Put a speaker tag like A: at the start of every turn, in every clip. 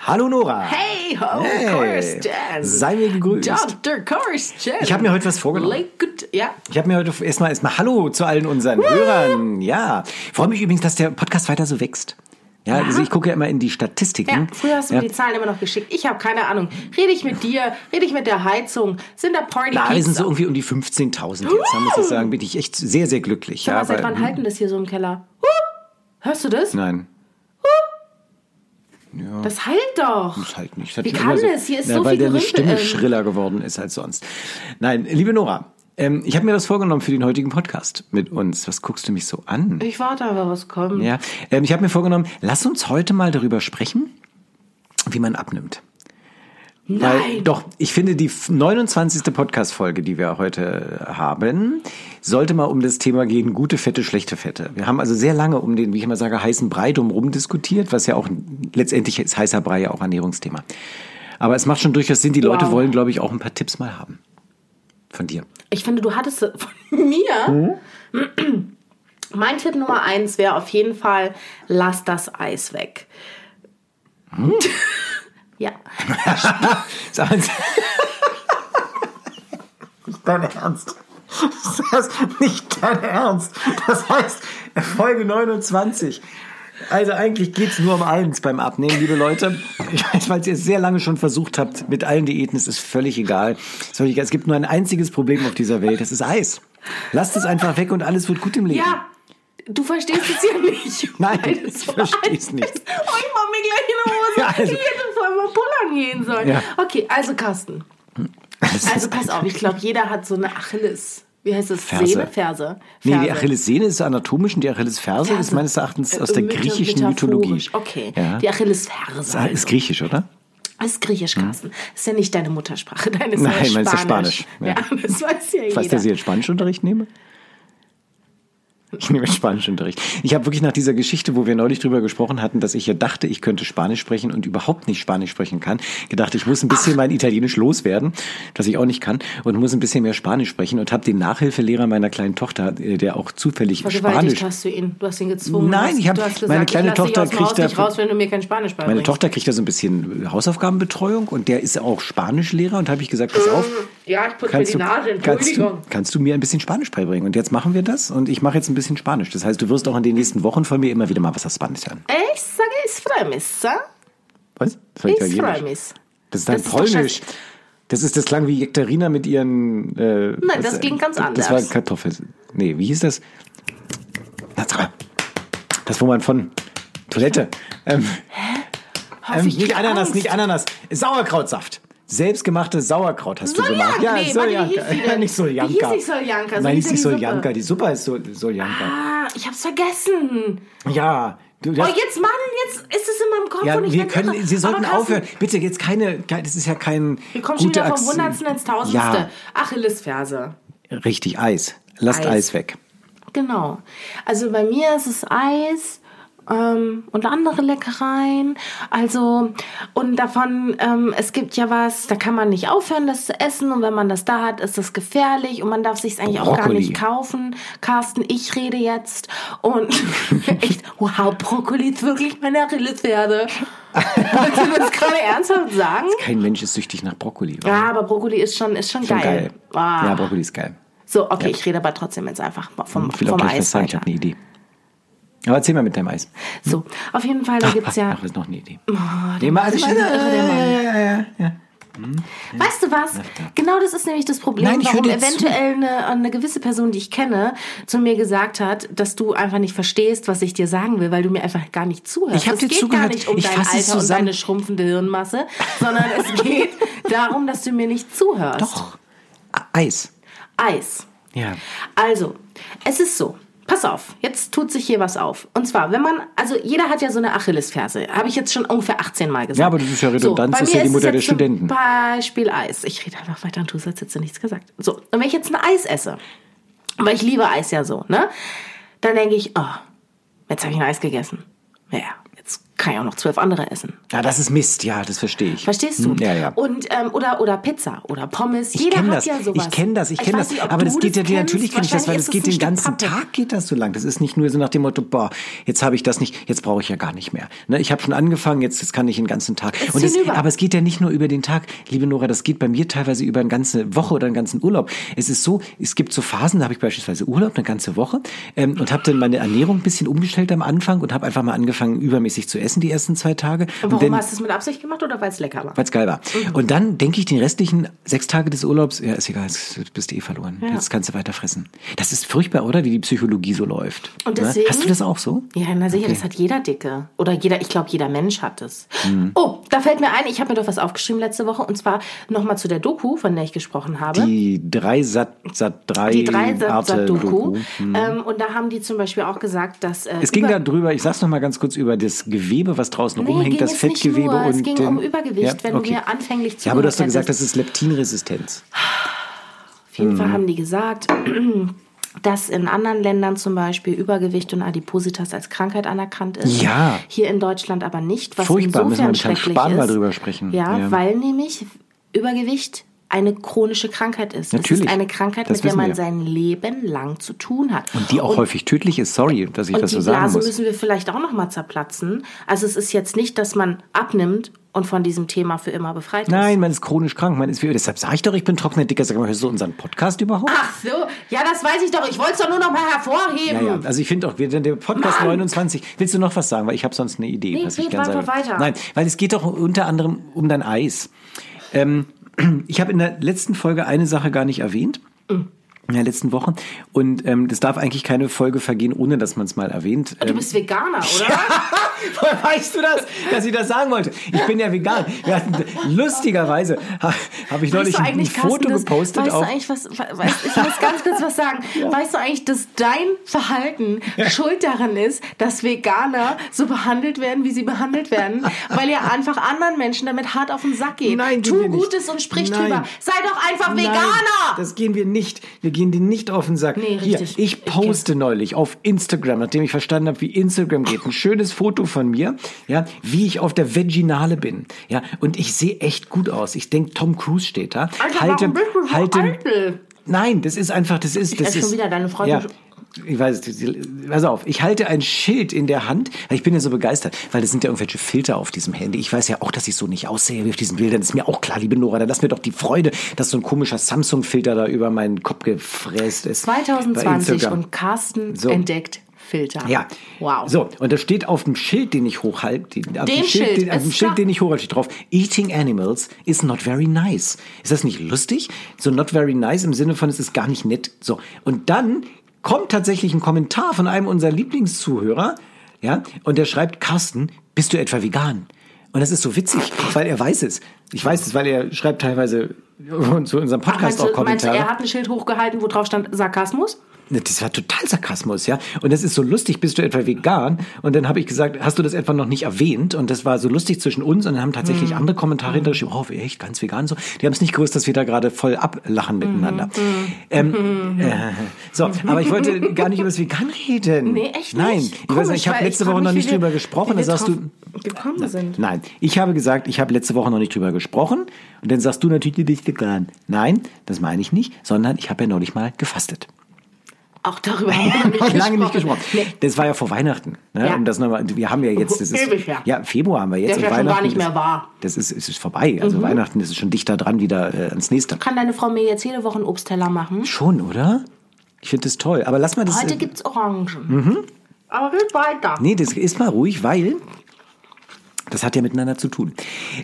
A: Hallo Nora.
B: Hey ho, Kirsten.
A: Sei mir gegrüßt.
B: Dr. Kirsten.
A: Ich habe mir heute was vorgenommen.
B: Late good, ja.
A: Ich habe mir heute erstmal erstmal Hallo zu allen unseren Hörern. Ja, freue mich übrigens, dass der Podcast weiter so wächst. Ja, also ich gucke ja immer in die
B: Ja,
A: Statistiken.
B: früher hast du
A: Mhm. Ja.
B: mir die Zahlen immer noch geschickt. Ich habe keine Ahnung. Rede ich mit dir? Rede ich mit der Heizung? Sind da Party
A: Na, wir sind so
B: Peaks?
A: irgendwie um die 15.000 jetzt, da muss ich sagen, bin ich echt sehr, sehr glücklich.
B: Sag mal,
A: Ja,
B: Seit
A: weil-
B: wann halten das hier so im Keller? Huh? Hörst du das?
A: Nein,
B: Das heilt doch.
A: das halt nicht. Das
B: Wie
A: hat
B: kann
A: immer
B: das? Hier ist
A: Na,
B: so
A: Weil
B: viel
A: deine Stimme
B: Gerümpel, ähm.
A: schriller geworden ist als sonst. Nein, liebe Nora, ähm, ich habe mir das vorgenommen für den heutigen Podcast mit uns. Was guckst du mich so an?
B: Ich warte aber, was kommt.
A: Ja, ähm, ich habe mir vorgenommen, lass uns heute mal darüber sprechen, wie man abnimmt. Weil,
B: Nein.
A: doch, ich finde, die 29. Podcast-Folge, die wir heute äh, haben, sollte mal um das Thema gehen, gute Fette, schlechte Fette. Wir haben also sehr lange um den, wie ich immer sage, heißen Brei drumherum diskutiert, was ja auch, letztendlich ist heißer Brei ja auch Ernährungsthema. Aber es macht schon durchaus Sinn, die Leute
B: Wow.
A: wollen, glaube ich, auch ein paar Tipps mal haben. Von dir.
B: Ich finde, du hattest von mir. Mein Tipp Nummer eins wäre auf jeden Fall, lass das Eis weg.
A: Hm.
B: ja.
A: Sag mal,
C: nicht dein Ernst. Das ist nicht dein Ernst. Das heißt,
A: Folge 29. Also eigentlich geht es nur um eins beim Abnehmen, liebe Leute. Ich weiß, weil ihr es sehr lange schon versucht habt, mit allen Diäten, es ist völlig egal. Es ist völlig egal. Es gibt nur ein einziges Problem auf dieser Welt, das ist Eis. Lasst es einfach weg und alles wird gut im Leben.
B: Ja, du verstehst es ja nicht.
A: Nein,
B: weil es
A: ich
B: so
A: versteh's
B: alt
A: nicht.
B: ist. Oh, ich mach mir gleich in der Hose.
A: Ja, also-
B: Ich hätte vorher mal pullern gehen sollen.
A: Ja.
B: Okay, also Carsten. Also pass auf, ich glaube, jeder hat so eine Achilles. Wie heißt das?
A: Ferse.
B: Sehne? Ferse.
A: Nee, die
B: Ferse.
A: Achillessehne ist anatomisch und die Achillesferse ist
B: Ferse.
A: meines Erachtens aus
B: Äh,
A: der
B: meta-
A: griechischen Mythologie.
B: metaphorisch. Okay,
A: Ja.
B: die Achillesferse.
A: Ist griechisch, oder?
B: Das ist griechisch, Carsten. Ist ja nicht deine Muttersprache. Deine ist
A: Nein,
B: ja
A: meine ist ja
B: Spanisch.
A: Spanisch. Ja.
B: Ja, das weiß ja jeder.
A: Weißt du, dass ich jetzt Spanischunterricht nehme? Ich nehme jetzt Spanischunterricht. Ich habe wirklich nach dieser Geschichte, wo wir neulich drüber gesprochen hatten, dass ich ja dachte, ich könnte Spanisch sprechen und überhaupt nicht Spanisch sprechen kann, gedacht, ich muss ein bisschen mein Italienisch loswerden, das ich auch nicht kann, und muss ein bisschen mehr Spanisch sprechen und habe den Nachhilfelehrer meiner kleinen Tochter, äh, der auch zufällig
B: Vergewaltigt
A: Spanisch
B: hast du ihn. Du hast ihn gezwungen.
A: Nein,
B: Du hast-
A: ich hab-
B: du hast gesagt,
A: meine kleine
B: ich lass dich
A: Tochter
B: aus dem
A: kriegt
B: Haus
A: da-
B: nicht raus, wenn du mir kein Spanisch beibringst.
A: Meine Tochter kriegt da so ein bisschen Hausaufgabenbetreuung und der ist auch Spanischlehrer und habe ich gesagt, pass auf.
B: Ja, ich putze mir
A: Kannst
B: die
A: du,
B: Nase.
A: kannst, du,
B: Entschuldigung.
A: kannst du mir ein bisschen Spanisch beibringen? Und jetzt machen wir das und ich mache jetzt ein bisschen Spanisch. Das heißt, du wirst auch in den nächsten Wochen von mir immer wieder mal was aus Spanisch hören.
B: Äh, Ich sage, ich freue mich. so.
A: Was? Das war
B: Ich
A: Italienisch.
B: freue mich.
A: Das ist dein
B: Das ist doch
A: Polnisch. das ist das klang wie Jektarina mit ihren. Äh,
B: Nein, das ging ganz
A: Das
B: anders.
A: war Kartoffel. Nee, wie hieß das? Na, sag mal. Das, wo man von Toilette. Ähm,
B: Hoffe
A: ähm,
B: ich
A: nicht
B: krieg
A: Ananas,
B: Angst.
A: nicht Ananas. Sauerkrautsaft. Selbstgemachtes Sauerkraut hast du
B: Soljanka,
A: gemacht. Ja,
B: nee, warte, wie
A: Soljanka.
B: hieß die
A: Ja,
B: denn?
A: nicht Soljanka.
B: Wie hieß die Soljanka? So
A: Nein,
B: hieß
A: hieß
B: ja
A: nicht
B: die Suppe.
A: Soljanka. Die Suppe ist Sol Soljanka.
B: Ah, ich hab's vergessen.
A: Ja. Du,
B: Oh,
A: das,
B: jetzt, Mann, jetzt ist es in meinem Kopf
A: ja,
B: und ich
A: wir
B: werd
A: können,
B: irre.
A: Sie sollten
B: Aber Carsten,
A: aufhören. Bitte, jetzt keine, keine, das ist ja kein.
B: Wir kommen schon
A: gute
B: wieder vom
A: Aktion.
B: Hundertsten ins Tausendste.
A: Ja,
B: Achillesferse.
A: richtig, Eis. Lasst Eis,
B: Eis.
A: weg.
B: Genau. Also bei mir ist es Eis ähm, und andere Leckereien. Also, und davon, ähm, es gibt ja was, da kann man nicht aufhören, das zu essen. Und wenn man das da hat, ist das gefährlich. Und man darf sich eigentlich auch gar
A: Brokkoli.
B: nicht kaufen. Carsten, ich rede jetzt. Und echt, wow, Brokkoli ist wirklich meine Achillesferse. Willst du das gerade ernsthaft sagen?
A: Kein Mensch ist süchtig nach Brokkoli. oder?
B: Ja, aber Brokkoli ist schon, ist schon,
A: Schon
B: geil. Ah.
A: Ja, Brokkoli ist geil.
B: So, okay, ich rede aber trotzdem jetzt einfach vom,
A: Ich will
B: vom
A: auch gleich was
B: Eis
A: sagen, ich
B: weiter.
A: habe eine Idee. Aber erzähl mal mit deinem Eis.
B: So, auf jeden Fall, da gibt's ja.
A: Hm. Ach, ist noch eine Idee. Oh, nee, mal, also,
B: ist schon wieder irre, der Mann.
A: ja, ja, ja, ja.
B: Weißt du was? Genau das ist nämlich das Problem,
A: Nein, ich höre
B: warum
A: dir zu.
B: eventuell eine, eine gewisse Person, die ich kenne, zu mir gesagt hat, dass du einfach nicht verstehst, was ich dir sagen will, weil du mir einfach gar nicht zuhörst.
A: Ich hab
B: es
A: dir
B: geht gar
A: zugehört.
B: nicht um
A: Ich
B: dein
A: fasse es
B: Alter und
A: zusammen.
B: deine schrumpfende Hirnmasse, sondern es geht darum, dass du mir nicht zuhörst.
A: Doch. A- Eis.
B: Eis.
A: Ja.
B: Also, es ist so. Pass auf, jetzt tut sich hier was auf. Und zwar, wenn man, also jeder hat ja so eine Achillesferse. Habe ich jetzt schon ungefähr 18 Mal gesagt.
A: Ja, aber das ist ja Redundanz,
B: bei
A: das ist
B: mir
A: ja die Mutter
B: es
A: der
B: jetzt zum
A: Studenten.
B: Beispiel Eis. Ich rede einfach weiter und du hast jetzt nichts gesagt. So, und wenn ich jetzt ein Eis esse, weil ich liebe Eis ja so, ne? Dann denke ich, oh, jetzt habe ich ein Eis gegessen. Ja, jetzt kann ich auch noch zwölf andere essen.
A: Ja, das ist Mist, ja, das verstehe ich.
B: Verstehst du?
A: Hm, Ja, ja.
B: Und, ähm, oder, oder Pizza oder Pommes.
A: Ich
B: Jeder
A: kenne
B: hat
A: das,
B: ja sowas.
A: ich kenne das, ich kenne
B: weiß
A: das.
B: nicht, ob
A: aber
B: du
A: das geht ja dir
B: kennst.
A: natürlich kann ich das, weil
B: Wahrscheinlich
A: das
B: ist
A: geht
B: ein
A: den
B: Stück
A: ganzen
B: Pappe.
A: Tag geht das so lang. Das ist nicht nur so nach dem Motto, boah, jetzt habe ich das nicht, jetzt brauche ich ja gar nicht mehr. Ne, ich habe schon angefangen, jetzt, jetzt kann ich den ganzen Tag.
B: Ist
A: Und das,
B: hinüber.
A: aber es geht ja nicht nur über den Tag, liebe Nora, das geht bei mir teilweise über eine ganze Woche oder einen ganzen Urlaub. Es ist so, es gibt so Phasen, da habe ich beispielsweise Urlaub eine ganze Woche ähm, und habe dann meine Ernährung ein bisschen umgestellt am Anfang und habe einfach mal angefangen, übermäßig zu essen die ersten zwei Tage. Und
B: Warum
A: dann-
B: hast du es mit Absicht gemacht oder weil es lecker war?
A: weil es geil war.
B: Mhm.
A: Und dann denke ich den restlichen sechs Tage des Urlaubs, ja, ist egal, jetzt bist du eh verloren. Jetzt kannst du weiter fressen. Das ist furchtbar, oder? Wie die Psychologie so läuft.
B: Und
A: Ne?
B: deswegen-
A: Hast du das auch so?
B: Ja, na sicher, das hat jeder Dicke. Oder jeder, ich glaube, jeder Mensch hat es.
A: Mhm.
B: Oh, da fällt mir ein, ich habe mir doch was aufgeschrieben letzte Woche. Und zwar nochmal zu der Doku, von der ich gesprochen habe.
A: Die drei Sat, Sat drei,
B: die drei
A: Arte Doku. Mhm.
B: Doku. Ähm, und da haben die zum Beispiel auch gesagt, dass. Äh,
A: Es ging
B: über-
A: da drüber, ich sag's noch mal ganz kurz, über das Gewebe, was draußen
B: Nee,
A: rumhängt,
B: ging
A: das
B: es nicht
A: Fettgewebe
B: nur,
A: und
B: es ging
A: den,
B: um Übergewicht, wenn du
A: okay.
B: mir anfänglich
A: Ja, aber du hast doch
B: zugehört
A: gesagt, das
B: hättest.
A: ist Leptinresistenz.
B: Auf jeden
A: Mhm.
B: Fall haben die gesagt, dass in anderen Ländern zum Beispiel Übergewicht und Adipositas als Krankheit anerkannt ist.
A: Ja.
B: Hier in Deutschland aber nicht, was
A: Furchtbar, müssen wir
B: insofern
A: mit Herrn
B: schrecklich
A: Spahn
B: ist.
A: mal drüber sprechen.
B: Ja,
A: Ja.
B: weil nämlich Übergewicht eine chronische Krankheit ist. Es
A: Natürlich.
B: ist eine Krankheit,
A: Das
B: mit der
A: wissen
B: man
A: wir.
B: sein Leben lang zu tun hat.
A: Und die auch häufig tödlich ist. Sorry, dass ich
B: Und
A: das
B: die
A: so sagen
B: Blase
A: muss.
B: müssen wir vielleicht auch noch mal zerplatzen. Also es ist jetzt nicht, dass man abnimmt und von diesem Thema für immer befreit ist.
A: Nein, man ist chronisch krank, man ist wie, deshalb sage ich doch, ich bin trockener Dicker. Sag mal, hörst du unseren Podcast überhaupt?
B: Ach so, ja, das weiß ich doch. Ich wollte es doch nur noch mal hervorheben.
A: Ja, ja. Also ich finde auch, wir- der Podcast 29. Willst du noch was sagen? Weil ich habe sonst eine Idee,
B: Nee,
A: was ich
B: red
A: gerne
B: einfach
A: sagen will.
B: weiter.
A: Nein, weil es geht doch unter anderem um dein Eis. Ähm, ich habe in der letzten Folge eine Sache gar nicht erwähnt.
B: Hm.
A: In der letzten Woche. Und ähm, das darf eigentlich keine Folge vergehen, ohne dass man es mal erwähnt.
B: Du
A: Ähm,
B: bist Veganer, oder?
A: Woher weißt du das, dass ich das sagen wollte? Ich bin ja vegan. Wir hatten, lustigerweise ha- habe ich neulich
B: Weißt du
A: ein, ein
B: eigentlich, Carsten,
A: Foto
B: dass-
A: gepostet
B: weißt
A: auf
B: du eigentlich, was, we- weißt, ich muss ganz kurz was sagen. Weißt du eigentlich, dass dein Verhalten schuld daran ist, dass Veganer so behandelt werden, wie sie behandelt werden, weil ihr einfach anderen Menschen damit hart auf den Sack geht.
A: Nein, gehen
B: Tu
A: wir nicht.
B: Gutes und sprich
A: Nein.
B: drüber. Sei doch einfach
A: Nein,
B: Veganer!
A: das gehen wir nicht. Wir gehen dir nicht auf den Sack.
B: Nee,
A: Hier,
B: richtig. Ich
A: ich poste neulich auf Instagram, nachdem ich verstanden habe, wie Instagram geht, ein schönes Foto von mir, ja, wie ich auf der Veginale bin. Ja, und ich sehe echt gut aus. Ich denke, Tom Cruise steht da.
B: Alter, warum bist du so eitel?
A: Nein, das ist einfach, das ist, das
B: esse
A: ist
B: schon wieder deine Freundin.
A: Ja. Ich weiß, die- die- pass auf, ich halte ein Schild in der Hand, weil ich bin ja so begeistert, weil das sind ja irgendwelche Filter auf diesem Handy. Ich weiß ja auch, dass ich so nicht aussehe wie auf diesen Bildern. Ist mir auch klar, liebe Nora, dann lass mir doch die Freude, dass so ein komischer Samsung-Filter da über meinen Kopf gefräst ist. bei
B: 2020
A: Instagram.
B: und Carsten
A: So.
B: entdeckt Filter.
A: Ja.
B: Wow.
A: So, und das steht auf dem Schild, den ich hochhalte, den, auf dem
B: Dem
A: Schild,
B: Schild,
A: den, auf
B: es
A: dem
B: ist
A: Schild,
B: klar.
A: den ich hochhalte, steht drauf, Eating Animals is not very nice. Ist das nicht lustig? So not very nice im Sinne von, es ist gar nicht nett. So, und dann kommt tatsächlich ein Kommentar von einem unserer Lieblingszuhörer, ja, und der schreibt, Carsten, bist du etwa vegan? Und das ist so witzig, weil er weiß es. Ich weiß es, weil er schreibt teilweise zu unserem
B: Ach, meinst,
A: Podcast
B: du,
A: auch
B: meinst du,
A: Kommentare.
B: er hat ein Schild hochgehalten, wo drauf stand Sarkasmus?
A: Ne, Das war total Sarkasmus, ja. Und das ist so lustig, bist du etwa vegan? Und dann habe ich gesagt, hast du das etwa noch nicht erwähnt? Und das war so lustig zwischen uns und dann haben
B: Mhm.
A: tatsächlich andere Kommentare hintergeschrieben, oh, echt, ganz vegan so. Die haben es nicht gewusst, dass wir da gerade voll ablachen miteinander.
B: Mhm.
A: Ähm, äh, so, aber ich wollte gar nicht über das Vegan reden.
B: Nee, echt nicht.
A: Nein, ich, weiß
B: Komisch,
A: nicht, ich habe
B: weil
A: letzte
B: frag
A: Woche noch
B: mich,
A: nicht
B: wie wir-
A: drüber
B: wie
A: gesprochen. Dann
B: wir
A: sagst du,
B: drauf gekommen sind.
A: Nein, ich habe gesagt, ich habe letzte Woche noch nicht drüber gesprochen. Und dann sagst du natürlich, du bist vegan. Nein, das meine ich nicht, sondern ich habe ja neulich mal gefastet.
B: Auch darüber haben wir noch
A: Auch
B: nicht
A: lange nicht gesprochen.
B: gesprochen.
A: Das war ja vor Weihnachten. Ne?
B: Ja.
A: Um das noch mal, wir haben ja jetzt, das ist,
B: Ewig her.
A: ja, Februar haben wir
B: Der
A: jetzt.
B: ist
A: und
B: ja schon
A: Weihnachten
B: gar nicht mehr
A: ist-
B: wahr. Mhm.
A: Das ist, es ist vorbei. Also Weihnachten ist schon dichter dran wieder äh, ans nächste.
B: Kann deine Frau mir jetzt jede Woche einen Obstteller machen?
A: Schon, oder? Ich finde das toll. Aber lass mal das.
B: Heute
A: äh,
B: gibt's Orangen. Aber red weiter.
A: Mhm. Nee, das ist mal ruhig, weil das hat ja miteinander zu tun.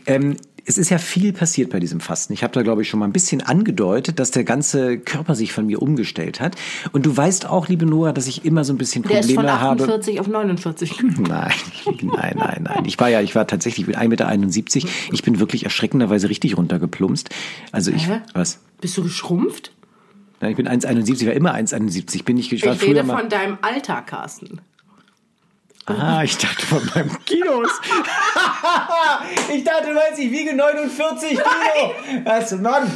A: Ähm, es ist ja viel passiert bei diesem Fasten. Ich habe da, glaube ich, schon mal ein bisschen angedeutet, dass der ganze Körper sich von mir umgestellt hat. Und du weißt auch, liebe Nora, dass ich immer so ein bisschen
B: Der
A: Probleme
B: ist von
A: habe.
B: 48 auf 49.
A: Nein, nein, nein, nein. Ich war ja, ich war tatsächlich mit 1,71 Meter. Ich bin wirklich erschreckenderweise richtig runtergeplumpst. Also ich,
B: Hä?
A: was?
B: Bist du geschrumpft?
A: Ja, Ich bin 1,71, war immer 1,71. Bin ich, ich war
B: Ich
A: früher
B: rede
A: mal.
B: von deinem Alter, Carsten.
A: Ah, ich dachte von meinem Kinos. ich dachte, du meinst, ich wiege 49 Kilo. Was, Mann?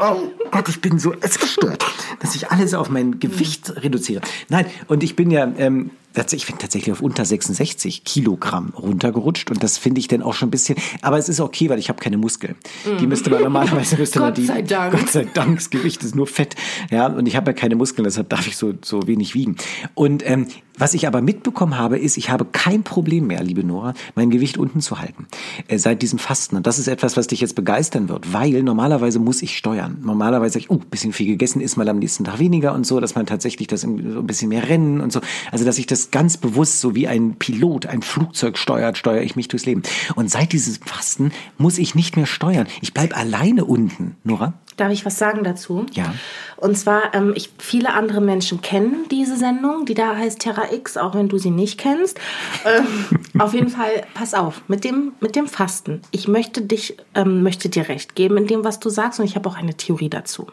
A: Oh Gott, ich bin so essgestört, dass ich alles auf mein Gewicht reduziere. Nein, und ich bin ja, ähm, tats- ich bin tatsächlich auf unter 66 Kilogramm runtergerutscht und das finde ich dann auch schon ein bisschen, aber es ist okay, weil ich habe keine Muskeln. Die müsste man normalerweise, müsste man
B: Gott
A: die,
B: sei Dank.
A: Mhm. Gott sei Dank, das Gewicht ist nur Fett. Ja, und ich habe ja keine Muskeln, deshalb darf ich so, so wenig wiegen. Und ähm, was ich aber mitbekommen habe, ist, ich habe kein Problem mehr, liebe Nora, mein Gewicht unten zu halten. Äh, seit diesem Fasten. Und das ist etwas, was dich jetzt begeistern wird, weil normalerweise muss ich steuern. Normalerweise sag ich, oh, bisschen viel gegessen, isst mal am nächsten Tag weniger und so, dass man tatsächlich das im- so ein bisschen mehr rennen und so. Also, dass ich das ganz bewusst, so wie ein Pilot ein Flugzeug steuert, steuere ich mich durchs Leben. Und seit diesem Fasten muss ich nicht mehr steuern. Ich bleib alleine unten, Nora.
B: Darf ich was sagen dazu?
A: Ja.
B: Und zwar, ähm, ich, viele andere Menschen kennen diese Sendung, die da heißt Terra X, auch wenn du sie nicht kennst. Ähm, auf jeden Fall, pass auf, mit dem, mit dem Fasten. Ich möchte dich, ähm, möchte dir recht geben in dem, was du sagst und ich habe auch eine Theorie dazu.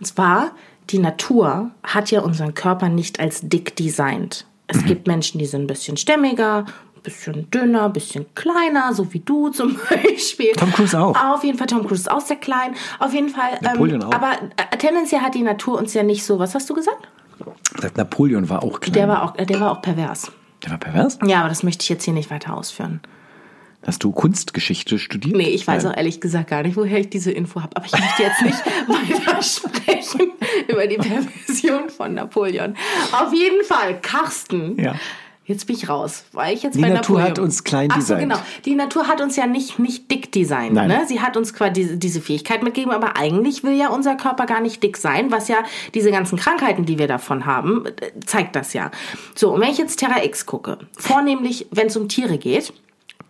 B: Und zwar, die Natur hat ja unseren Körper nicht als dick designt. Es
A: Mhm.
B: gibt Menschen, die sind ein bisschen stämmiger, ein bisschen dünner, ein bisschen kleiner, so wie du zum Beispiel.
A: Tom Cruise auch.
B: Auf jeden Fall, Tom Cruise ist auch sehr klein. Auf jeden Fall.
A: Napoleon
B: ähm,
A: auch.
B: Aber äh, tendenziell hat die Natur uns ja nicht so. Was hast du gesagt?
A: Napoleon war auch klein.
B: Der war auch, äh, der war auch pervers.
A: Der war pervers?
B: Ja, aber das möchte ich jetzt hier nicht weiter ausführen.
A: Hast du Kunstgeschichte studiert?
B: Nee, ich weiß
A: Nein.
B: auch ehrlich gesagt gar nicht, woher ich diese Info habe. Aber ich möchte jetzt nicht weiter sprechen über die Perversion von Napoleon. Auf jeden Fall, Carsten.
A: Ja.
B: Jetzt bin ich raus, weil ich jetzt
A: Die
B: bei
A: Natur
B: Napoleon.
A: hat uns klein
B: Ach so,
A: designt.
B: genau. Die Natur hat uns ja nicht, nicht dick designt.
A: Nein.
B: Ne? Sie hat uns quasi diese, diese Fähigkeit mitgegeben, aber eigentlich will ja unser Körper gar nicht dick sein, was ja diese ganzen Krankheiten, die wir davon haben, äh, zeigt das ja. So, und wenn ich jetzt Terra X gucke, vornehmlich, wenn es um Tiere geht,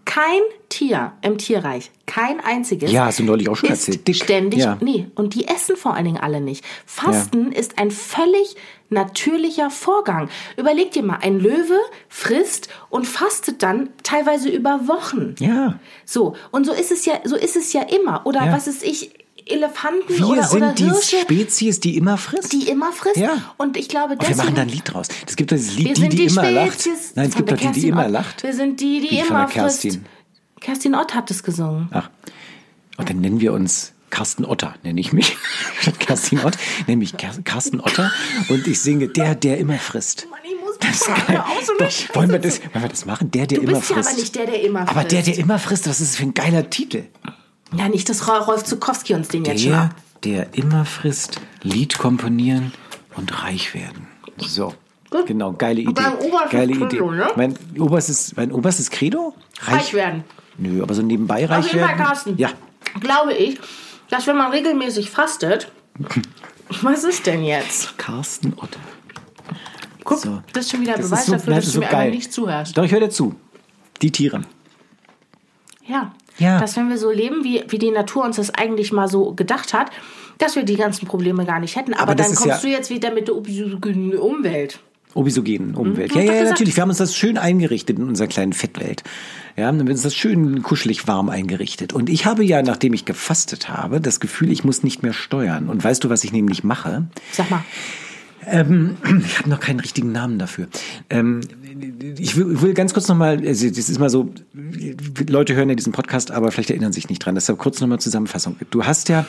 B: kein Tier im Tierreich, kein einziges.
A: Ja, hast du neulich auch schon
B: ist
A: erzählt. Dick.
B: Ständig,
A: Ja.
B: nee, und die essen vor allen Dingen alle nicht. Fasten ist ein völlig natürlicher Vorgang. Überleg dir mal, ein Löwe frisst und fastet dann teilweise über Wochen.
A: Ja.
B: So, und so ist es ja, so ist es ja immer. Oder
A: Ja.
B: was ist ich, Elefanten
A: Wir
B: oder,
A: sind
B: oder
A: die
B: Hirsche,
A: Spezies, die immer frisst.
B: die immer frisst.
A: Ja.
B: Und ich glaube,
A: Und wir
B: deswegen.
A: machen da ein Lied draus. Es gibt doch dieses
B: wir
A: Lied, die,
B: sind
A: die,
B: die
A: immer lacht.
B: Spezies.
A: Nein, es
B: von
A: gibt
B: der
A: doch die, die
B: Kerstin
A: immer
B: Ott.
A: lacht.
B: Wir sind die, die
A: Die von
B: immer
A: der Kerstin.
B: frisst. Kerstin Ott hat es gesungen.
A: Ach. Und dann nennen wir uns Carsten Otter, nenne ich mich. Statt Kerstin Ott, nenne ich Ker- Carsten Otter. Und ich singe Der, der immer frisst.
B: Mann, ich muss
A: Das ist
B: mal
A: geil.
B: auf so eine
A: Doch,
B: Scheiße
A: wollen, wir
B: zu-
A: das, wollen wir das machen? Der, der
B: Du
A: immer
B: bist ja
A: frisst.
B: aber nicht der, der immer
A: Aber der,
B: frisst.
A: der immer frisst, was ist das für ein geiler Titel?
B: Ja, nicht, dass Ra- Rolf Zukowski uns den jetzt schon ab.
A: Der, der immer frisst, Lied komponieren und reich werden. So. Genau, geile Idee.
B: Dein oberstes
A: geile
B: Credo,
A: Idee.
B: ne?
A: Mein oberstes, mein oberstes Credo?
B: Reich werden.
A: Nö, aber so nebenbei reich
B: Auf jeden Fall,
A: werden.
B: Carsten.
A: Ja.
B: Glaube ich, dass wenn man regelmäßig fastet. Was ist denn jetzt?
A: Carsten Otter.
B: Guck,
A: So.
B: das ist schon wieder
A: Das
B: Beweis
A: ist so,
B: dafür,
A: nein,
B: dass
A: das
B: du
A: ist so
B: mir
A: geil.
B: einfach nicht zuhörst.
A: Doch, ich höre dir zu. Die Tiere.
B: Ja.
A: Ja.
B: Dass wenn wir so leben, wie, wie die Natur uns das eigentlich mal so gedacht hat, dass wir die ganzen Probleme gar nicht hätten. Aber,
A: Aber das
B: dann
A: ist
B: kommst
A: ja-
B: du jetzt wieder mit der obsygenen Umwelt.
A: Obisogenen Umwelt.
B: Mhm, doch
A: um Ja, ja, ja,
B: gesagt.
A: natürlich. Wir haben uns das schön eingerichtet in unserer kleinen Fettwelt. Ja, dann wird uns das schön kuschelig warm eingerichtet. Und ich habe ja, nachdem ich gefastet habe, das Gefühl, ich muss nicht mehr steuern. Und weißt du, was ich nämlich mache?
B: Sag mal,
A: Ich habe noch keinen richtigen Namen dafür. Ähm, ich will, will ganz kurz nochmal, also das ist mal so, Leute hören ja diesen Podcast, aber vielleicht erinnern sich nicht dran. Deshalb kurz nochmal Zusammenfassung. Du hast ja,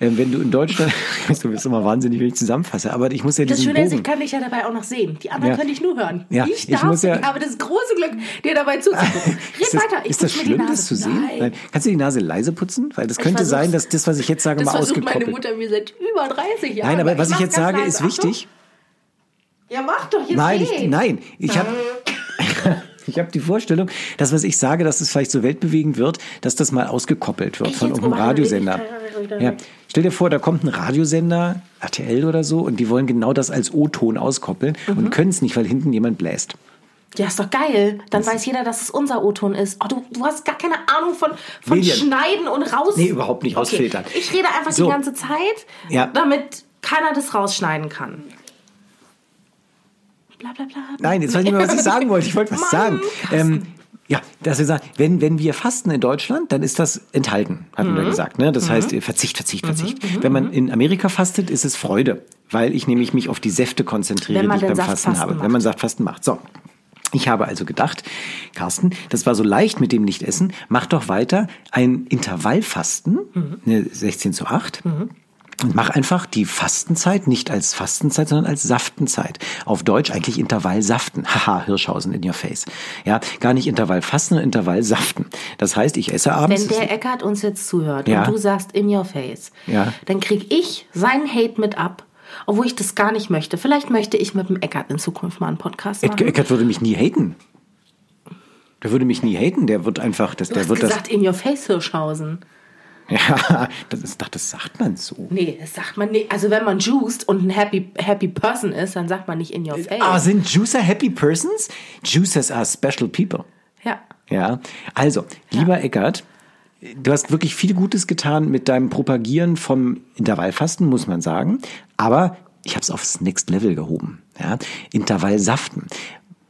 A: äh, wenn du in Deutschland, du bist immer wahnsinnig, wenn ich zusammenfasse, aber ich muss ja
B: das
A: diesen
B: Schöne ist, ich
A: Bogen.
B: kann dich ja dabei auch noch sehen. Die anderen
A: Ja.
B: können dich nur hören.
A: Ja,
B: ich
A: ich
B: darf,
A: muss ja-
B: ich habe das große Glück, dir dabei zuzugucken. Red
A: Ist das,
B: weiter. Ich
A: ist das
B: putze mir die
A: schlimm,
B: Nase.
A: das zu sehen?
B: Nein.
A: Nein. Kannst du die Nase leise putzen? Weil das könnte
B: versuch's.
A: sein, dass das, was ich jetzt sage,
B: Das
A: mal
B: versucht meine
A: ausgekoppelt.
B: Mutter mir seit über 30 Jahren.
A: Nein, aber was ich
B: mach's
A: jetzt
B: ganz
A: sage,
B: leise.
A: ist wichtig.
B: Achtung. Ja, mach doch jetzt.
A: Nein,
B: red.
A: ich, nein, ich habe ich habe die Vorstellung, dass was ich sage, dass es vielleicht so weltbewegend wird, dass das mal ausgekoppelt wird
B: Echt
A: von
B: jetzt?
A: irgendeinem
B: Oh, warte,
A: Radiosender.
B: leg ich da wieder
A: Ja.
B: weg.
A: Stell dir vor, da kommt ein Radiosender, RTL oder so, und die wollen genau das als O-Ton auskoppeln
B: Mhm.
A: und können es nicht, weil hinten jemand bläst.
B: Ja, ist doch geil. Dann weiß jeder, dass es unser O-Ton ist. Oh, du, du hast gar keine Ahnung von, von
A: Medien.
B: Schneiden und raus.
A: Nee, überhaupt nicht rausfiltern.
B: Okay. Ich rede einfach
A: So.
B: die ganze Zeit,
A: Ja.
B: damit keiner das rausschneiden kann. Bla bla bla.
A: Nein, jetzt weiß ich nicht mehr, was ich sagen wollte. Ich wollte was
B: Mann,
A: sagen. Ähm, Ja, dass wir sagen, wenn, wenn wir fasten in Deutschland, dann ist das enthalten, hatten
B: Mhm.
A: wir gesagt. Ne? Das heißt, äh, Verzicht, Verzicht, Verzicht. Wenn man in Amerika fastet, ist es Freude, weil ich nämlich mich auf die Säfte konzentriere,
B: Wenn
A: die
B: man
A: ich
B: denn
A: beim
B: sagt,
A: Fasten,
B: Fasten
A: habe.
B: macht.
A: Wenn man sagt, Fasten macht. So. Ich habe also gedacht, Carsten, das war so leicht mit dem Nichtessen, mach doch weiter ein Intervallfasten,
B: Mhm.
A: ne, 16 zu 8. Und mach einfach die Fastenzeit nicht als Fastenzeit, sondern als Saftenzeit. Auf Deutsch eigentlich Intervallsaften. Haha, Hirschhausen in your face. Ja, gar nicht Intervallfasten, sondern Intervallsaften. Das heißt, ich esse abends.
B: Wenn der Eckart uns jetzt zuhört
A: Ja.
B: und du sagst in your face,
A: Ja.
B: dann krieg ich seinen Hate mit ab, obwohl ich das gar nicht möchte. Vielleicht möchte ich mit dem Eckart in Zukunft mal einen Podcast machen.
A: Ed- Eckert würde mich nie haten. Der würde mich nie haten. Der wird einfach, das,
B: du
A: der
B: hast
A: wird das.
B: gesagt in your face Hirschhausen.
A: Ja, das ist, doch, das sagt man so.
B: Nee, das sagt man nicht. Also wenn man juiced und ein happy happy person ist, dann sagt man nicht in your face.
A: Ah, sind Juicer happy persons? Juicers are special people.
B: ja.
A: Ja, also, lieber Eckert, du hast wirklich viel Gutes getan mit deinem Propagieren vom Intervallfasten, muss man sagen. Aber ich habe es aufs Next Level gehoben. Ja? Intervallsaften.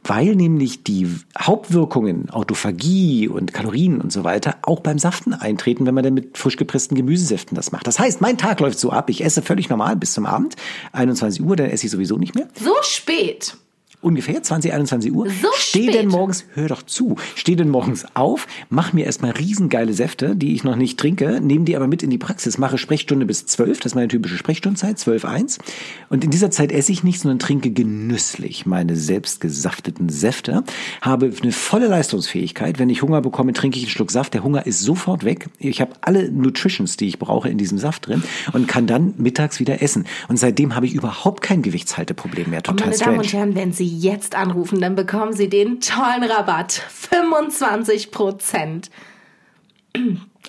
A: Weil nämlich die Hauptwirkungen, Autophagie und Kalorien und so weiter, auch beim Saften eintreten, wenn man dann mit frisch gepressten Gemüsesäften das macht. Das heißt, mein Tag läuft so ab. Ich esse völlig normal bis zum Abend, 21 Uhr, dann esse ich sowieso nicht mehr
B: So spät.
A: ungefähr 20, 21 Uhr.
B: So
A: steh
B: spät?
A: denn morgens, hör doch zu, steh denn morgens auf, mach mir erstmal riesengeile Säfte, die ich noch nicht trinke, nehme die aber mit in die Praxis, mache Sprechstunde bis 12, das ist meine typische Sprechstundenzeit, 12, 1. Und in dieser Zeit esse ich nichts, sondern trinke genüsslich meine selbst gesafteten Säfte, habe eine volle Leistungsfähigkeit. Wenn ich Hunger bekomme, trinke ich einen Schluck Saft, der Hunger ist sofort weg. Ich habe alle Nutritions, die ich brauche, in diesem Saft drin und kann dann mittags wieder essen. Und seitdem habe ich überhaupt kein Gewichtshalteproblem mehr.
B: Und
A: Total
B: meine
A: strange.
B: Damen und Herren, wenn Sie jetzt anrufen, dann bekommen Sie den tollen Rabatt. 25 Prozent.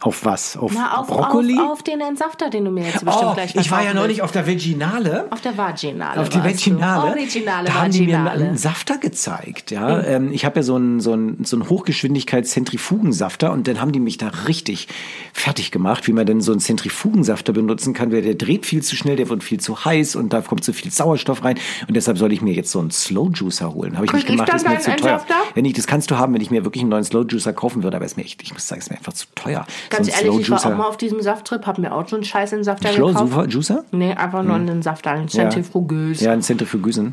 A: Auf was? Auf
B: Na, auf,
A: Brokkoli?
B: Auf, auf den Entsafter, den du mir jetzt bestimmt
A: oh,
B: gleich
A: ich war ja
B: verkaufen
A: neulich auf der Veginale.
B: Auf der Vaginale.
A: Auf die
B: warst du.
A: Veginale.
B: Originale Mhm.
A: da haben die mir
B: Vaginale.
A: einen Safter gezeigt. Ja? Ähm, ich habe ja so einen, so einen, so einen Hochgeschwindigkeits-Zentrifugensafter und dann haben die mich da richtig fertig gemacht, wie man denn so einen Zentrifugensafter benutzen kann, weil der dreht viel zu schnell, der wird viel zu heiß und da kommt zu viel Sauerstoff rein und deshalb soll ich mir jetzt so einen Slow Juicer holen. Habe ich nicht
B: Krieg ich
A: gemacht,
B: dann
A: ist mir
B: deinen
A: zu teuer.
B: Entsafter?
A: Wenn ich, das kannst du haben, wenn ich mir wirklich einen neuen Slow Juicer kaufen würde, aber ist mir echt, ich muss sagen, ist mir einfach zu teuer.
B: Ganz
A: so ein
B: ehrlich, ich war
A: Slow
B: auch mal
A: Juicer.
B: auf diesem Safttrip, hab mir auch so einen scheiß Entsafter gekauft.
A: Slow Juicer? Hm.
B: Nee, einfach nur einen Safter, einen Zentrifugös.
A: Ja, ein Zentrifugiesen.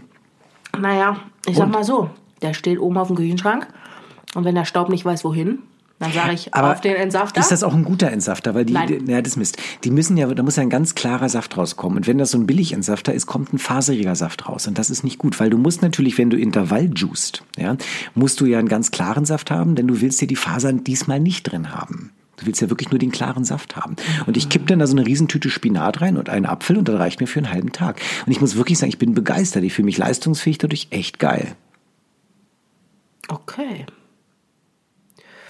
B: Naja, ich sag mal so, der steht oben auf dem Küchenschrank und wenn der Staub nicht weiß, wohin, dann sage ich
A: Aber
B: auf den Entsafter.
A: Ist das auch ein guter Entsafter? Weil die,
B: Nein.
A: die ja, das Mist. Die müssen ja, da muss ja ein ganz klarer Saft rauskommen. Und wenn das so ein Billig-Entsafter ist, kommt ein faseriger Saft raus. Und das ist nicht gut, weil du musst natürlich, wenn du Intervall juicest, ja, musst du ja einen ganz klaren Saft haben, denn du willst dir die Fasern diesmal nicht drin haben. Du willst ja wirklich nur den klaren Saft haben. Und ich kipp dann da so eine Riesentüte Spinat rein und einen Apfel und das reicht mir für einen halben Tag. Und ich muss wirklich sagen, ich bin begeistert. Ich fühle mich leistungsfähig dadurch echt geil.
B: okay.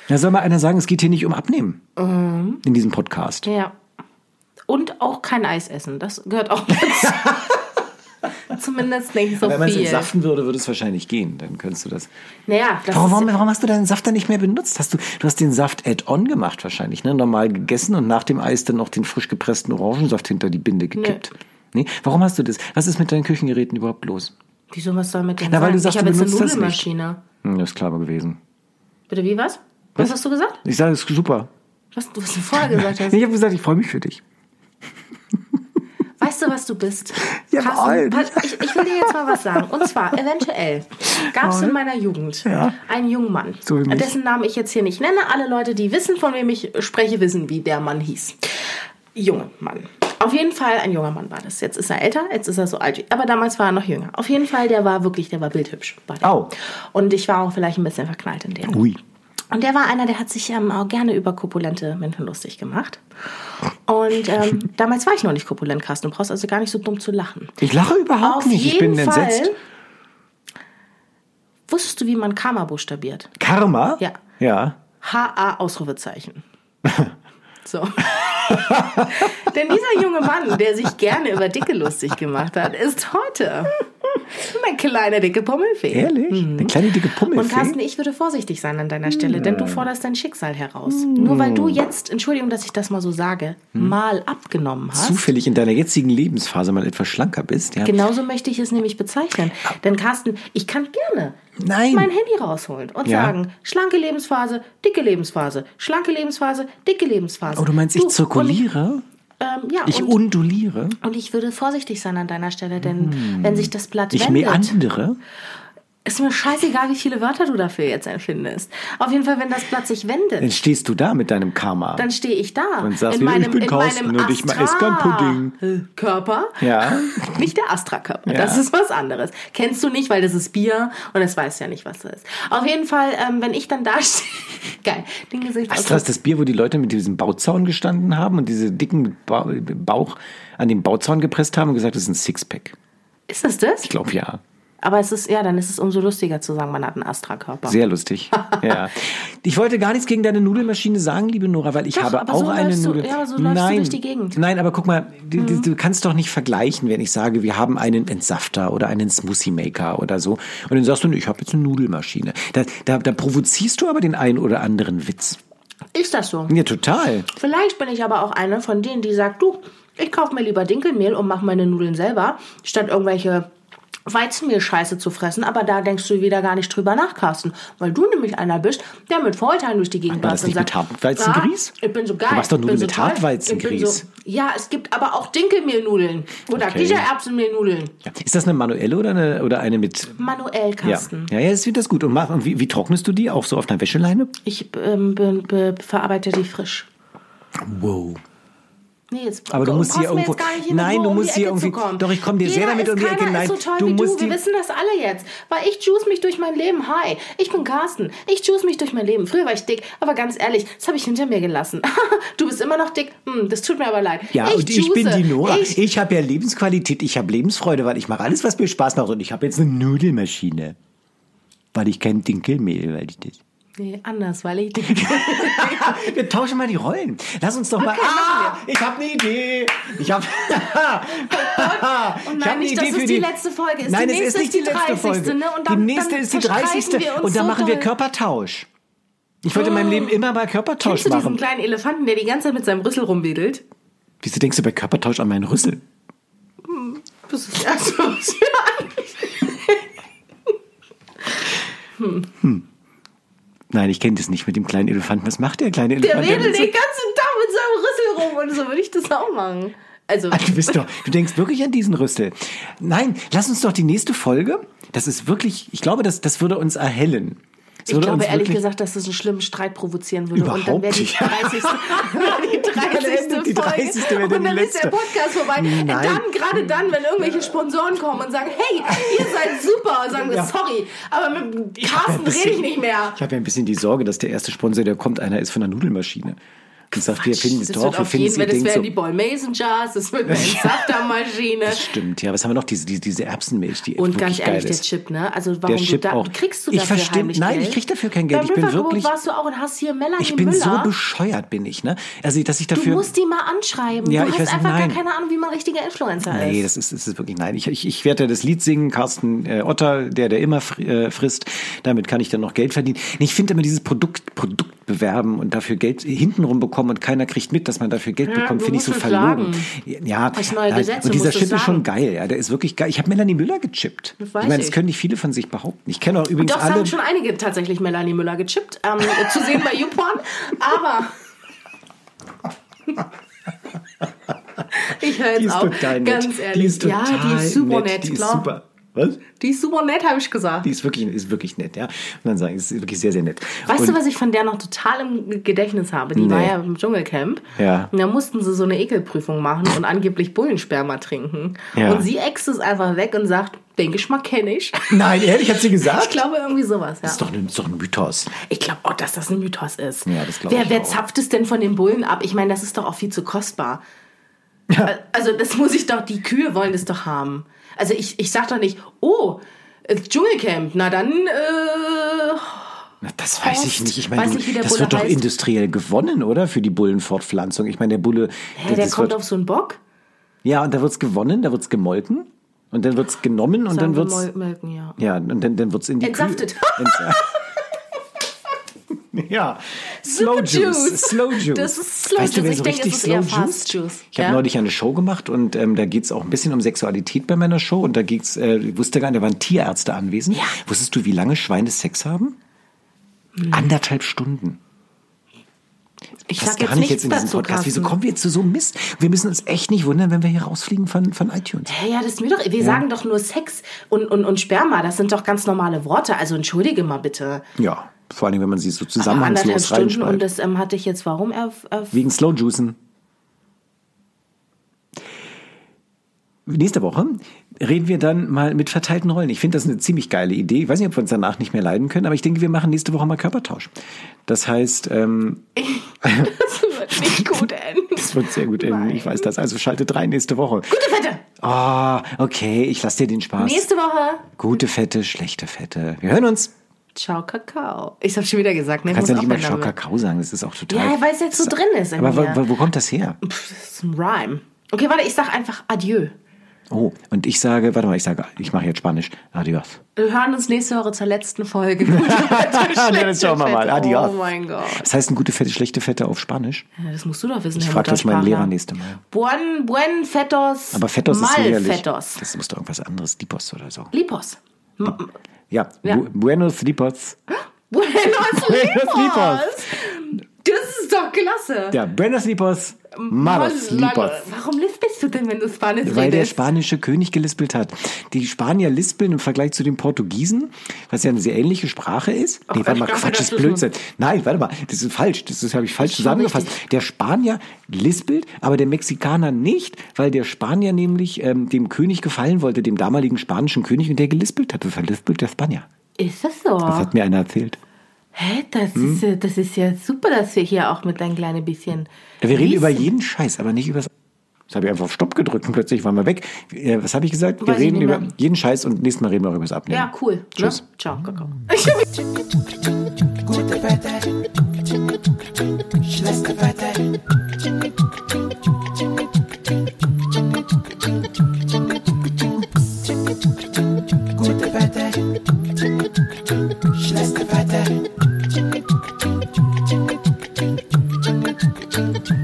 A: Da soll mal einer sagen, es geht hier nicht um Abnehmen. In diesem Podcast.
B: Mhm. Ja. Und auch kein Eis essen, das gehört auch dazu. Zumindest nicht so
A: Wenn man es
B: viel.
A: entsaften würde, würde es wahrscheinlich gehen. Dann könntest du das.
B: Naja, das
A: Warum,
B: ist
A: warum, warum hast du deinen Saft dann nicht mehr benutzt? Hast du, du hast den Saft add-on gemacht wahrscheinlich, ne? Normal gegessen und nach dem Eis dann noch den frisch gepressten Orangensaft hinter die Binde gekippt. Nee. Warum hast du das? Was ist mit deinen Küchengeräten überhaupt los?
B: Wieso, was soll mit dem
A: Na, weil
B: sein?
A: du sagst,
B: ich habe
A: du
B: jetzt eine
A: benutzt das nicht.
B: Nudelmaschine.
A: Hm, das ist klar gewesen.
B: Bitte, wie was? Was, hast du gesagt?
A: Ich sage, es ist super.
B: Was du was du vorher gesagt hast.
A: Ich habe gesagt, ich freue mich für dich.
B: Weißt du, was du bist?
A: Ja,
B: Carsten,
A: Mann.
B: pass- ich, ich will dir jetzt mal was sagen. Und zwar, eventuell gab es in meiner Jugend einen jungen Mann,
A: So wie mich.
B: dessen Namen ich jetzt hier nicht nenne. Alle Leute, die wissen, von wem ich spreche, wissen, wie der Mann hieß. Junge Mann. Auf jeden Fall ein junger Mann war das. Jetzt ist er älter, jetzt ist er so alt. wie- Aber damals war er noch jünger. Auf jeden Fall, der war wirklich, der war bildhübsch. War der.
A: Au.
B: Und ich war auch vielleicht ein bisschen verknallt in den.
A: Ui.
B: Und der war einer, der hat sich ähm, auch gerne über korpulente Menschen lustig gemacht. Und ähm, damals war ich noch nicht korpulent, Carsten. Du brauchst also gar nicht so dumm zu lachen.
A: Ich lache überhaupt
B: Auf
A: nicht. Ich
B: jeden
A: bin
B: Fall
A: entsetzt.
B: Wusstest du, wie man Karma buchstabiert?
A: Karma?
B: Ja.
A: Ja.
B: H-A Ausrufezeichen. So. Denn dieser junge Mann, der sich gerne über Dicke lustig gemacht hat, ist heute Eine kleine dicke Pommelfee.
A: Ehrlich? Eine kleine dicke Pummelfee?
B: Mhm. Und Carsten, ich würde vorsichtig sein an deiner Stelle, denn
A: Hm.
B: du forderst dein Schicksal heraus. Nur weil du jetzt, Entschuldigung, dass ich das mal so sage,
A: Hm?
B: mal abgenommen hast.
A: zufällig in deiner jetzigen Lebensphase mal etwas schlanker bist. Ja.
B: Genauso möchte ich es nämlich bezeichnen. Denn Carsten, ich kann gerne
A: Nein.
B: mein Handy rausholen und
A: Ja.
B: sagen, schlanke Lebensphase, dicke Lebensphase, schlanke Lebensphase, dicke Lebensphase.
A: Oh, du meinst, ich
B: und
A: zirkuliere?
B: Ähm, ja,
A: Ich
B: und,
A: unduliere?
B: und ich würde vorsichtig sein an deiner Stelle, denn wenn sich das Blatt
A: Hm. Ich
B: wendet,
A: meandere?
B: ist mir scheißegal, wie viele Wörter du dafür jetzt empfindest. Auf jeden Fall, wenn das Blatt sich wendet,
A: Dann stehst du da mit deinem Karma.
B: dann stehe ich da.
A: Dann sagst
B: in
A: du, ich
B: meinem,
A: bin
B: in
A: Carsten
B: meinem
A: und ich mach- esse gern Pudding.
B: Astra- Körper.
A: Ja.
B: Nicht der Astra-Körper.
A: Ja.
B: Das ist was anderes. Kennst du nicht, weil das ist Bier und das weiß ja nicht, was das ist. Auf jeden Fall, ähm, wenn ich dann da stehe. Geil. Den Gesicht
A: Astra ist das Bier, wo die Leute mit diesem Bauzaun gestanden haben und diese dicken ba Bauch an den Bauzaun gepresst haben und gesagt, das ist ein Sixpack.
B: Ist das das?
A: Ich glaube ja.
B: Aber es ist, ja, dann ist es umso lustiger zu sagen, man hat einen Astra-Körper.
A: Sehr lustig. ja. Ich wollte gar nichts gegen deine Nudelmaschine sagen, liebe Nora, weil ich
B: Doch,
A: habe
B: aber
A: auch
B: so
A: eine
B: läufst du-
A: Nudel.
B: ja, so läufst du
A: Nein.
B: durch die Gegend. Mhm.
A: Nein, aber guck mal, du, du- du kannst doch nicht vergleichen, wenn ich sage, wir haben einen Entsafter oder einen Smoothie Maker oder so. Und dann sagst du, nee, ich habe jetzt eine Nudelmaschine. Da, da, da provozierst du aber den einen oder anderen Witz.
B: Ist das so?
A: Ja, total.
B: Vielleicht bin ich aber auch eine von denen, die sagt, du, ich kaufe mir lieber Dinkelmehl und mache meine Nudeln selber, statt irgendwelche Weizenmehl-Scheiße zu fressen. Aber da denkst du wieder gar nicht drüber nach, Carsten, weil du nämlich einer bist, der mit Vorurteilen durch die Gegend
A: man
B: läuft
A: das nicht mit Hartweizengrieß?
B: Ja, ich bin so geil.
A: Du machst doch
B: ich
A: Nudeln
B: bin
A: mit
B: toll, ich bin
A: Hartweizengrieß.
B: So, ja, es gibt aber auch Dinkelmehlnudeln oder
A: Okay.
B: Kichererbsenmehlnudeln.
A: Ja. Ist das eine manuelle oder eine, oder eine mit.
B: Manuell,
A: Ja,
B: Carsten.
A: ja, ja ist das gut. Und, mach, und wie, wie trocknest du die? Auch so auf einer Wäscheleine?
B: Ich ähm, be, be, verarbeite die frisch.
A: Wow.
B: Nee, jetzt,
A: Aber du
B: komm,
A: musst
B: brauchst
A: hier
B: mir
A: irgendwo-
B: jetzt gar nicht hin,
A: Nein,
B: wo
A: du
B: um
A: musst
B: die
A: hier
B: Ecke zu
A: irgendwie-
B: kommen.
A: Doch, ich komm dir
B: Jeder
A: sehr damit
B: ist
A: um die Ecke.
B: keiner
A: Nein,
B: Ist so toll
A: du
B: wie
A: musst
B: du.
A: die-
B: Wir wissen das alle jetzt. Weil ich juice mich durch mein Leben. Hi, ich bin Carsten. Ich juice mich durch mein Leben. Früher war ich dick, aber ganz ehrlich, das habe ich hinter mir gelassen. du bist immer noch dick. Hm, das tut mir aber leid.
A: Ja,
B: ich
A: und ich bin
B: juice.
A: die Nora. Ich,
B: Ich,
A: habe ja Lebensqualität, ich habe Lebensfreude, weil ich mache alles, was mir Spaß macht. Und ich habe jetzt eine Nudelmaschine. Weil ich kein Dinkelmehl, weil ich das.
B: nee, anders, weil ich dick
A: Wir tauschen mal die Rollen. Lass uns doch mal. Ah, ich habe eine Idee. Ich habe.
B: Oh
A: ich hab
B: nein,
A: eine
B: nicht,
A: Idee
B: dass
A: für
B: es die letzte Folge ist.
A: Nein,
B: Die
A: es ist
B: nächste
A: nicht
B: ist
A: die
B: die
A: letzte
B: 30.
A: Folge.
B: ne? Und dann-
A: die nächste
B: dann
A: ist die
B: verstreiten
A: 30.
B: wir uns
A: Und dann
B: so
A: machen wir
B: doll. Oh.
A: Körpertausch. Ich wollte in meinem Leben immer mal Körpertausch
B: Kennst du diesen
A: machen.
B: kleinen Elefanten, der die ganze Zeit mit seinem Rüssel rumwedelt?
A: Wieso denkst du bei Körpertausch an meinen Rüssel?
B: Das ist ja so.
A: Nein, ich kenne das nicht mit dem kleinen Elefanten. Was macht der kleine
B: Der
A: Elefant?
B: wedelt
A: mit so-
B: den ganzen Tag mit seinem Rüssel rum und so würde ich das auch machen. Also,
A: Ah, Du bist doch, du denkst wirklich an diesen Rüssel. Nein, lass uns doch die nächste Folge. Das ist wirklich, ich glaube, das, das würde uns erhellen. Das
B: ich
A: würde
B: glaube
A: uns
B: ehrlich
A: Also wirklich-
B: gesagt, dass das einen schlimmen Streit provozieren würde. und dann
A: Überhaupt
B: wäre die
A: nicht.
B: 30. wär die 30.
A: endet die 30. wäre
B: Folge.
A: dann
B: Und
A: die
B: dann ist
A: letzte.
B: der Podcast vorbei. Und
A: Nein.
B: dann, gerade dann, wenn irgendwelche Sponsoren kommen und sagen, hey, ihr seid super, sagen wir,
A: Ja.
B: sorry, aber mit Carsten
A: bisschen-
B: rede ich nicht mehr.
A: Ich habe ja ein bisschen die Sorge, dass der erste Sponsor, der kommt, einer ist von der Nudelmaschine. Und sagt, wir finden es
B: das
A: doch,
B: wird
A: wir
B: auf
A: finden
B: jeden
A: es ihr
B: Fall, das
A: Ding
B: wären
A: so.
B: die Ball Mason Jars, das wird eine Saftermaschine.
A: Stimmt, ja, was haben wir noch? Diese, diese, diese Erbsenmilch, die
B: Und
A: wirklich
B: ganz ehrlich,
A: geil
B: der
A: ist.
B: Chip, ne? Also warum
A: Chip
B: du da,
A: auch.
B: kriegst du
A: Ich
B: dafür
A: versteh-
B: heimlich
A: nein,
B: Geld?
A: ich krieg dafür kein Geld.
B: Beim
A: Ich bin
B: Riverboat
A: wirklich-
B: warst du auch und hast hier Melanie
A: ich bin
B: Müller.
A: so bescheuert, bin ich, ne? Also, dass ich
B: du
A: dafür.
B: musst die mal anschreiben.
A: Ja,
B: du
A: ich
B: hast
A: weiß-
B: einfach
A: nein.
B: gar keine Ahnung, wie man richtiger Influencer
A: Nee,
B: ist.
A: das ist, das ist wirklich nein. Ich, ich, ich werde das Lied singen, Carsten äh, Otter, der der immer fr äh, frisst. Damit kann ich dann noch Geld verdienen. Nee, ich finde immer dieses Produkt Produkt bewerben und dafür Geld hintenrum bekommen und keiner kriegt mit, dass man dafür Geld bekommt,
B: du
A: finde ich
B: musst
A: so
B: es
A: verlogen. Ja,
B: Das neue
A: nein,
B: Gesetz,
A: und
B: du
A: dieser
B: musst es
A: Chip ist schon
B: sagen.
A: geil. Ja, der ist wirklich geil. Ich habe Melanie Müller gechippt.
B: Das weiß
A: ich meine, das
B: ich.
A: können nicht viele von sich behaupten. Ich kenne auch übrigens
B: Doch, es
A: alle.
B: haben schon einige tatsächlich Melanie Müller gechippt. Ähm, zu sehen bei YouPorn. Aber. ich höre
A: die
B: jetzt
A: ist
B: auf.
A: total nett.
B: Ganz ehrlich.
A: die ist total
B: ja, die ist super nett,
A: Die
B: klar.
A: ist super. Was?
B: Die ist super nett, habe ich gesagt.
A: Die ist wirklich, ist wirklich nett, ja. Und dann sagen, ist wirklich sehr, sehr nett.
B: Weißt
A: und
B: du, was ich von der noch total im Gedächtnis habe? Die war
A: Nee.
B: ja im Dschungelcamp.
A: Ja.
B: Und da mussten sie so eine Ekelprüfung machen und angeblich Bullensperma trinken.
A: Ja.
B: Und sie ext es einfach weg und sagt, den Geschmack kenne ich.
A: Nein, ehrlich, hat sie gesagt?
B: Ich glaube irgendwie sowas, ja.
A: Das ist doch ein, ist doch ein Mythos.
B: Ich glaube auch, dass das ein Mythos ist.
A: Ja, das glaub
B: wer,
A: ich
B: Wer
A: auch.
B: zapft es denn von den Bullen ab? Ich meine, das ist doch auch viel zu kostbar. Äh, Also das muss ich doch, die Kühe wollen das doch haben. Also ich, ich sag doch nicht, oh, äh, Dschungelcamp, na dann, äh,
A: Na, das weiß ich
B: Horst.
A: nicht. Ich
B: Weiß
A: meine,
B: nicht, wie der
A: das
B: Bulle
A: wird doch
B: heißt.
A: industriell gewonnen, oder? Für die Bullenfortpflanzung. Ich meine, der Bulle.
B: hä, der
A: das
B: kommt
A: wird,
B: auf so einen Bock?
A: ja, und da wird es gewonnen, da wird es gemolken. Und dann wird es genommen und
B: Sagen
A: dann
B: wir
A: wird es.
B: Mol- Melken, ja.
A: Ja, und dann, dann wird es in die Kühl-
B: Entsaftet.
A: Ents- ja, Slow Juice.
B: Juice.
A: Slow Juice.
B: Das ist Slow
A: weißt Du,
B: Juice.
A: wer
B: Ich
A: so
B: denke,
A: richtig
B: es ist
A: Slow
B: eher
A: Juice?
B: Fast Juice.
A: Ich habe
B: Ja.
A: neulich eine Show gemacht und ähm, da geht es auch ein bisschen um Sexualität bei meiner Show. Und da geht's, äh, ich wusste gar nicht, da waren Tierärzte anwesend.
B: Ja.
A: Wusstest du, wie lange Schweine Sex haben? Anderthalb Stunden.
B: Hm. Ich
A: Das
B: sag jetzt
A: gar nicht
B: nichts
A: jetzt in diesem
B: dazu,
A: Podcast. Wieso
B: Carsten.
A: kommen wir jetzt zu so einem Mist? Wir müssen uns echt nicht wundern, wenn wir hier rausfliegen von, von iTunes.
B: Hä, ja, das ist mir doch. Wir sagen doch nur Sex und, und, und Sperma. Das sind doch ganz normale Worte. Also entschuldige mal bitte.
A: Ja, vor allem, wenn man sie so
B: Aber anderthalb
A: zusammenhangslos
B: Stunden und
A: reinschreibt.
B: das ähm, hatte ich jetzt warum äh, erf, erf
A: Wegen Slow Juicen. Nächste Woche reden wir dann mal mit verteilten Rollen. Ich finde das eine ziemlich geile Idee. Ich weiß nicht, ob wir uns danach nicht mehr leiden können, aber ich denke, wir machen nächste Woche mal Körpertausch. Das heißt, ähm,
B: Das wird nicht gut enden.
A: es wird sehr gut enden. Ich weiß das. Also schaltet rein nächste Woche.
B: Gute Fette!
A: Ah, okay, ich lasse dir den Spaß.
B: Nächste Woche.
A: Gute Fette, schlechte Fette. Wir hören uns.
B: Ciao, Kakao. Ich habe schon wieder gesagt, ne?
A: Kannst ja
B: muss
A: nicht
B: auch
A: mal
B: mein
A: Schau
B: Name.
A: Kakao sagen, das ist auch total.
B: Ja, weil es jetzt so drin ist in
A: Aber
B: mir.
A: wo, wo kommt das her?
B: Pff, Das ist ein Rhyme. Okay, warte, ich sag einfach Adieu.
A: Oh, und ich sage, warte mal, ich sage, ich mache jetzt Spanisch. Adios.
B: Wir hören uns nächste Woche zur letzten Folge.
A: Dann
B: Schlechte
A: schauen wir mal.
B: Fette.
A: Adios.
B: Oh mein Gott.
A: Was heißt denn gute Fette, schlechte Fette auf Spanisch?
B: Ja, Das musst du doch wissen.
A: Ich
B: Herr
A: frag das meinen
B: Muttersprachler.
A: Lehrer nächste Mal.
B: Buen, buen Fettos.
A: Aber Fettos
B: mal
A: ist lächerlich.
B: Fettos.
A: Das muss doch irgendwas anderes, Lipos oder so.
B: Lipos. M-
A: Ja, Bu Buenos Lipos.
B: Buenos
A: Buenos Lipos.
B: Lipos. Das ist doch klasse.
A: Ja, Buenos Lipos, Malos
B: Mann, Mann,
A: Lipos.
B: Warum lispelst du denn, wenn du Spanisch
A: Weil der
B: redest?
A: spanische König gelispelt hat. Die Spanier lispeln im Vergleich zu den Portugiesen, was ja eine sehr ähnliche Sprache ist. Nee, warte mal,
B: ich dachte,
A: Quatsch,
B: das
A: das ist
B: ist
A: Blödsinn. Nein, warte mal, das ist falsch. Das, das habe ich falsch zusammengefasst. Der Spanier lispelt, aber der Mexikaner nicht, weil der Spanier nämlich ähm, dem König gefallen wollte, dem damaligen spanischen König, und der gelispelt hat. Das verlispelt der Spanier.
B: ist das so?
A: Das hat Hm? mir einer erzählt.
B: Hä, das, ist, ja- das ist ja super, dass wir hier auch mit ein kleines bisschen.
A: Ja, Wir reden
B: Wissen.
A: über jeden Scheiß, aber nicht über das. Das habe ich einfach auf Stopp gedrückt und plötzlich waren wir weg. Äh, Was habe ich gesagt? Wir
B: Weiß ich
A: reden
B: nicht
A: über
B: mehr.
A: jeden Scheiß und nächstes Mal reden wir auch über das Abnehmen.
B: Ja, cool.
A: Tschüss.
B: Ne? Ciao, Kakao.
D: Gute Fette, schlechte Fette. Gute Fette, schlechte Fette.